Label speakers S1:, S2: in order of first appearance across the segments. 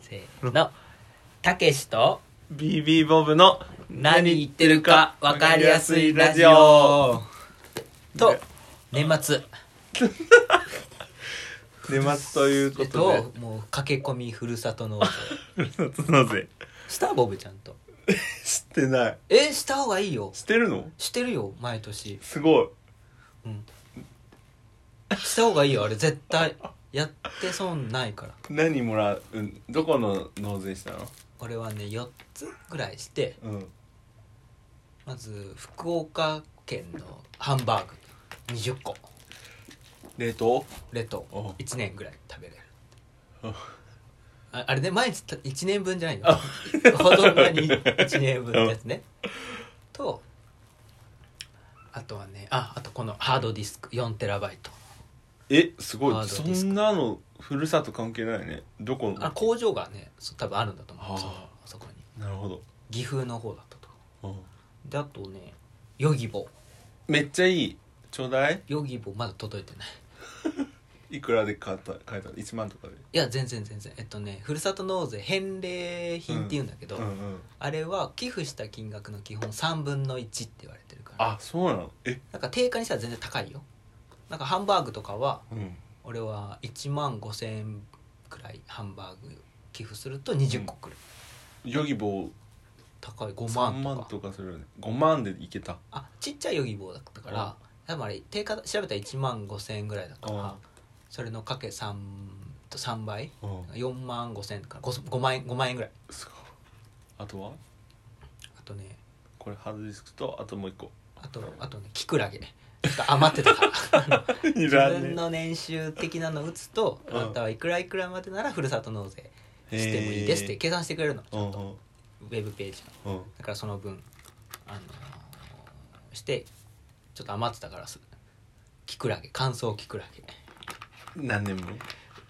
S1: せーのたけしと
S2: BB ボブの
S1: 何言ってるか分かりやすいラジオと年末
S2: 年末というこ
S1: えっ
S2: とで
S1: ともう駆け込みふるさと納税
S2: 夏なぜ
S1: スターボブちゃんと
S2: 知ってない
S1: えした方がいいよ
S2: 知ってるの
S1: してるよ毎年
S2: すごい
S1: した方がいいよあれ絶対やって損ないから
S2: 何もらううんどこの納税したの
S1: 俺はね4つぐらいして
S2: うん
S1: まず福岡県のハンバーグ20個
S2: 冷凍
S1: 冷凍
S2: お
S1: 1年ぐらい食べれる
S2: お
S1: ああれね毎日た1年分じゃないよほとんど に1年分のやつねとあとはねああとこのハードディスク 4TB
S2: えすご
S1: ハー
S2: い
S1: ド
S2: そ
S1: ディスク
S2: んなのふるさと関係ないねどこの
S1: あ工場がねそう多分あるんだと思
S2: は
S1: う
S2: あ
S1: そのあそこに
S2: なるほど
S1: 岐阜の方だったと
S2: うん
S1: であとねヨギボ
S2: めっちゃいいちょうだい
S1: ヨギボまだ届いてない
S2: いくらで買った買えた1万とかで
S1: いや全然全然えっとねふるさと納税返礼品っていうんだけど、
S2: うんうん
S1: あれは寄付した金額の基本3分の1って言われてるから
S2: あそうなのえ
S1: なんか定価にしたら全然高いよなんかハンバーグとかは
S2: うん
S1: 俺は1万5千円くらいハンバーグ寄付すると20個くる、
S2: ヨギボー
S1: 高い5
S2: 3
S1: 万と
S2: 万
S1: か
S2: とかするよね5万でいけた
S1: あちっちゃいヨギボーだったから、多分あれ定価調べたら1万5千円ぐらいだから、
S2: うん
S1: それのかけ3と3倍
S2: うん
S1: 4万5千円から 5, 万円5万円ぐらい
S2: すごいあとは
S1: あとね
S2: これハードディスクとあともう一個
S1: あとあとねキクラゲちょっと余ってたから
S2: い
S1: 自
S2: ら
S1: 分
S2: ね
S1: の年収的なの打つと、
S2: うん
S1: あなたはいくらいくらまでならふるさと納税してもいいですって計算してくれるの
S2: うんうん
S1: ウェブページの
S2: うん
S1: だからその分あのーしてちょっと余ってたからすキクラゲ乾燥キクラ
S2: 何年も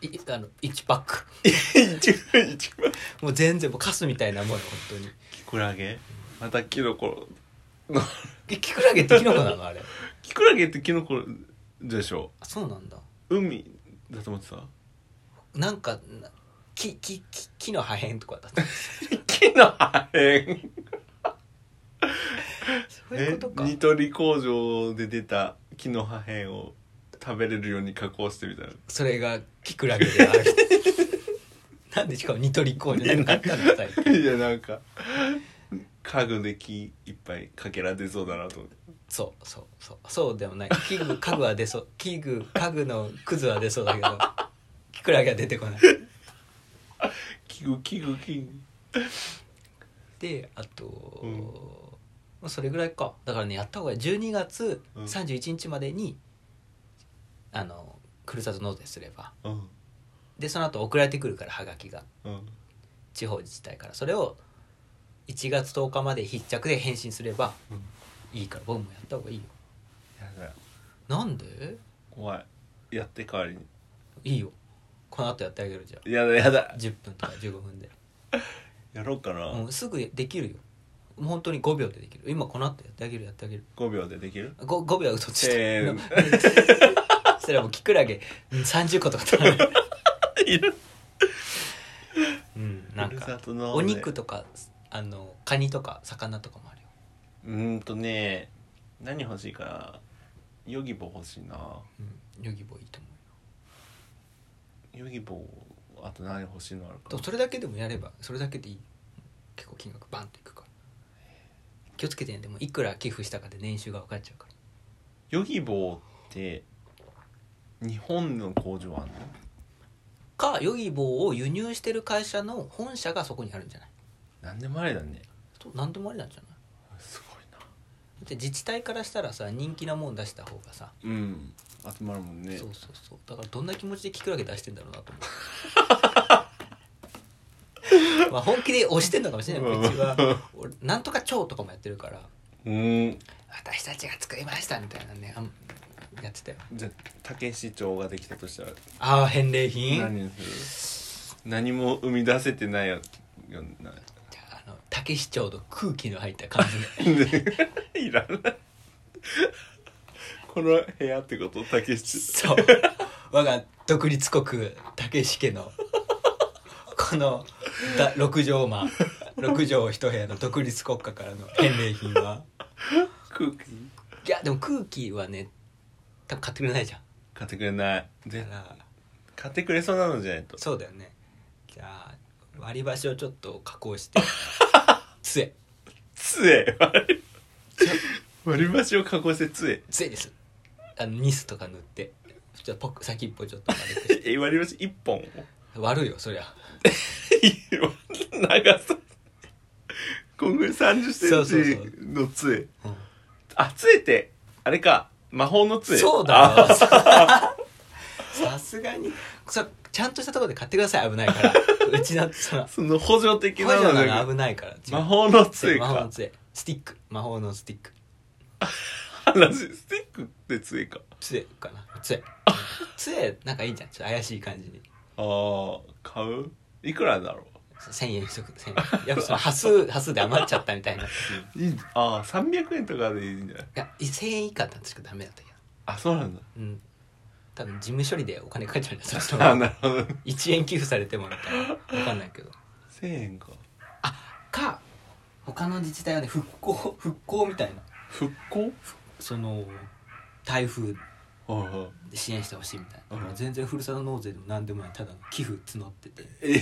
S1: ゲいあの1パック
S2: 一番一番
S1: もう全然もうカスみたいなもんよ本当に
S2: キクラゲまたキノコの
S1: えキクラゲってキノコなのあれ
S2: キクラゲってキノコでしょ
S1: あそうなんだ
S2: 海だと思ってた
S1: なんかな木木木木の破片とかだ った
S2: 木の破片
S1: そういうことか
S2: えニトリ工場で出た木の破片を食べれるように加工してみたいな
S1: それがキクラゲであるなんでしかもニトリ工場なんかあったの最近
S2: いやなんか家具で木いっぱいかけら出そうだなと思って
S1: そうそうそうそうでもない器具家具は出そう器具家具のクズは出そうだけどキクラゲは出てこない
S2: 器具器具器
S1: であと、
S2: うん
S1: まあそれぐらいかだからねやった方がいい12月
S2: うん
S1: 31日までに、あのふるさと納税すれば
S2: 具うん
S1: でその後送られてくるからはがきが
S2: うん
S1: 地方自治体からそれを1月10日まで必着で返信すれば
S2: うん
S1: いいから僕もやった方がいいよ
S2: やだ
S1: なんで
S2: 怖いやって代わりに
S1: いいよこの後やってあげるじゃ
S2: やだやだ
S1: ん10分とか15分で
S2: やろうかな、
S1: うん、すぐできるよもう本当に5秒でできる今この後やってあげるやってあげる
S2: 5秒でできる
S1: 5, 5秒は嘘つい
S2: せ
S1: て
S2: ー
S1: る
S2: の
S1: そしたらもうキクラゲ30個とか食べる
S2: いる
S1: うんなん
S2: ふるさ
S1: か
S2: と納税
S1: お肉とかあのカニとか魚とかもあるよ
S2: うーんとね何欲しいかなヨギボ欲しいな
S1: うんヨギボーいいと思うよ
S2: ヨギボあと何欲しいのある
S1: で
S2: か
S1: もそれだけでもやればそれだけでいい結構金額バンといくから気をつけてねでもいくら寄付したかで年収が分かっちゃうから
S2: ヨギボって日本の工場あんの
S1: かヨギボーを輸入してる会社の本社がそこにあるんじゃない
S2: 何でもあれだね
S1: と何でもありなんじゃない
S2: すご
S1: だって自治体からしたらさ人気なもん出した方がさ、
S2: いなうん集まるもんね
S1: そうそうそうだからどんな気持ちでキクラゲ出してんだろうなと思うまあ本気で押してんのかもしれないけどうちは俺なんとか蝶とかもやってるから
S2: うーん
S1: 私たちが作りましたみたいなねあんやってたよ
S2: じゃあたけし町ができたとしたら
S1: ああ返礼品
S2: 何にする何も生み出せてないよような
S1: じゃああの竹市長の空気の入った感じで
S2: いらないこの部屋ってことたけし
S1: そう我が独立国竹市家のこのだ6畳間6畳一部屋の独立国家からの返礼品は
S2: 空気
S1: いやでも空気はね多分買ってくれないじゃん
S2: 買ってくれない
S1: だ
S2: で
S1: から
S2: 買ってくれそうなのじゃないと
S1: そうだよねじゃあ割り箸をちょっと加工 して杖
S2: 杖割り割り箸を加工して杖
S1: 杖ですあのニスとか塗ってちょっとポック先っぽちょっと丸 くして
S2: え割り箸一本を
S1: 悪いよそりゃ
S2: 長さこんぐらい30
S1: そうそうそ
S2: セ
S1: う
S2: ンチの杖
S1: うん
S2: あ杖ってあれか魔法の杖
S1: そう
S2: あ
S1: だよささすがにそちゃんとしたところで買ってください危ないから うちのその
S2: その補助的
S1: 補
S2: な
S1: 助
S2: の
S1: な
S2: じゃな
S1: の
S2: く
S1: 危ないから
S2: 魔法の杖
S1: 魔法の
S2: か
S1: 杖スティック魔法のスティック
S2: 話スティックって杖か
S1: 杖かな杖杖なんかいいじゃんちょっと怪しい感じに
S2: ああ買ういくらだろ
S1: 1000円にしとく1000円やっぱその端数端数で余っちゃったみたいない
S2: うんいいああ300円とかでいいんじゃない
S1: や1000円以下だったらダメだったけど
S2: あそうなんだ
S1: うん多分事務処理でお金かかっちゃうんだよそっちの
S2: あ
S1: 方
S2: な
S1: が
S2: るほど1000
S1: 1円寄付されてもらったら分かんないけど
S2: 円か
S1: か他の自治体はね復興復興みたいな
S2: 復興
S1: その台風
S2: はいはい
S1: で支援してほしいみたいな、
S2: うん
S1: 全然ふるさと納税でも何でもないただの寄付募ってて
S2: え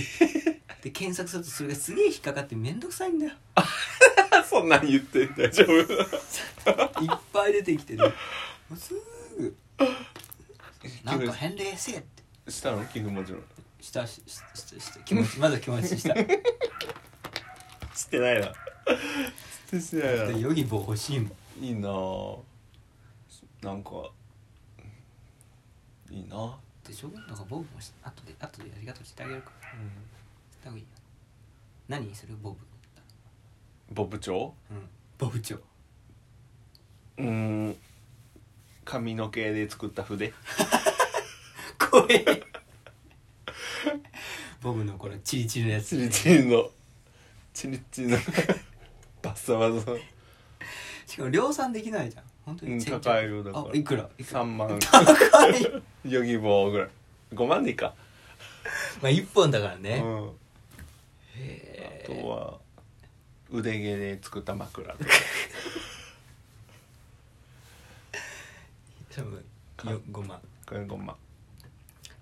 S1: で検索するとそれがすげえ引っかかってめんどくさい んだよ
S2: そんなん言って大丈夫
S1: いっぱい出てきてねもうすぐなんか返礼せえって
S2: したの寄付もちろん
S1: したしししした気持ちまず気持ちしたで
S2: してないなしてないな
S1: ヨギボー欲しいもん
S2: いいなぁなんかいいな、
S1: でしょなんかボブもし後で後でありがとうしてあげるからした方がいいよ何にするボブ
S2: ボブチョウ
S1: うんボブ長
S2: うーん髪の毛で作った筆
S1: 怖え ボブのこれチリチリのやつ
S2: チリチリのチリチリのバッサバサ
S1: しかも量産できないじゃん本当
S2: うん
S1: にちっちゃ
S2: 高いよだから
S1: あいくらいくら
S2: 3万
S1: 高い ま
S2: ヨギボーぐらい5万でいいか、
S1: あ1本だから
S2: う
S1: ね、
S2: ん、
S1: へ
S2: あ
S1: え
S2: とは腕毛で作った枕とか
S1: 多分よ5万
S2: これ5万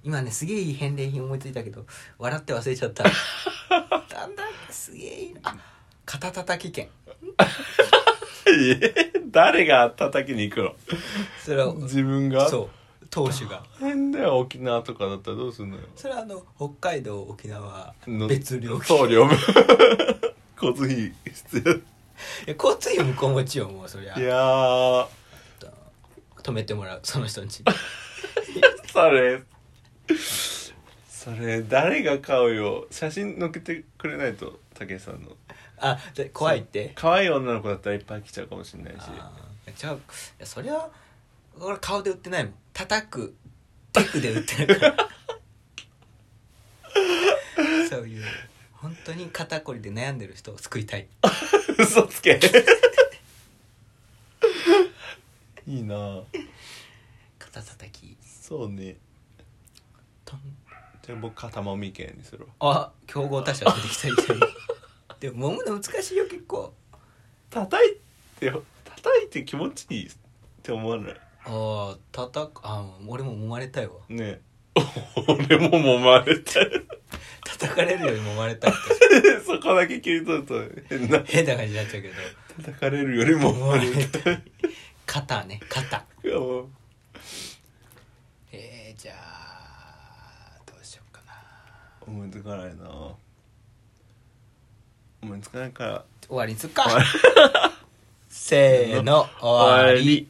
S1: 今ねすげえいい返礼品思いついたけど笑って忘れちゃった だんだんすげえいいなあ肩たたき券
S2: え誰が叩きに行くの
S1: それを
S2: 自分が
S1: そう当主が
S2: 変だよ沖縄とかだったらどうすんのよ
S1: それはあの北海道沖縄
S2: の
S1: 別料金
S2: 送料分 交通費必
S1: いや交通費向こう持ちよもうそりゃ
S2: 要いやー
S1: 止めてもらうその人に
S2: それそれ誰が買うよ写真載っけてくれないと武井さんの
S1: あで怖いって
S2: 可愛い女の子だったらいっぱい来ちゃうかもしれないし
S1: あーじゃあいやそれは俺顔で売ってないもん叩くテクで売ってるからそういう本当に肩こりで悩んでる人を救いたい
S2: 嘘つけいいなぁ
S1: 肩叩き
S2: そうね
S1: トン
S2: じゃあ僕肩もみ券にするわ
S1: あ競合他社出てきたみたいなでも揉むの難しいよ結構
S2: 叩いて叩いて気持ちいいって思わない
S1: ああ叩くあー俺も揉まれたいわ
S2: ねえ俺も揉まれてる
S1: 叩かれるより揉まれたいって
S2: そこだけ切り取ると変な
S1: 変な感じになっちゃうけど
S2: 叩かれるより も揉まれてる
S1: 肩ね肩
S2: いやもう
S1: えー、じゃあどうしようかな
S2: 思いつかないな思いつかないから
S1: 終わりにすっかせーの終わり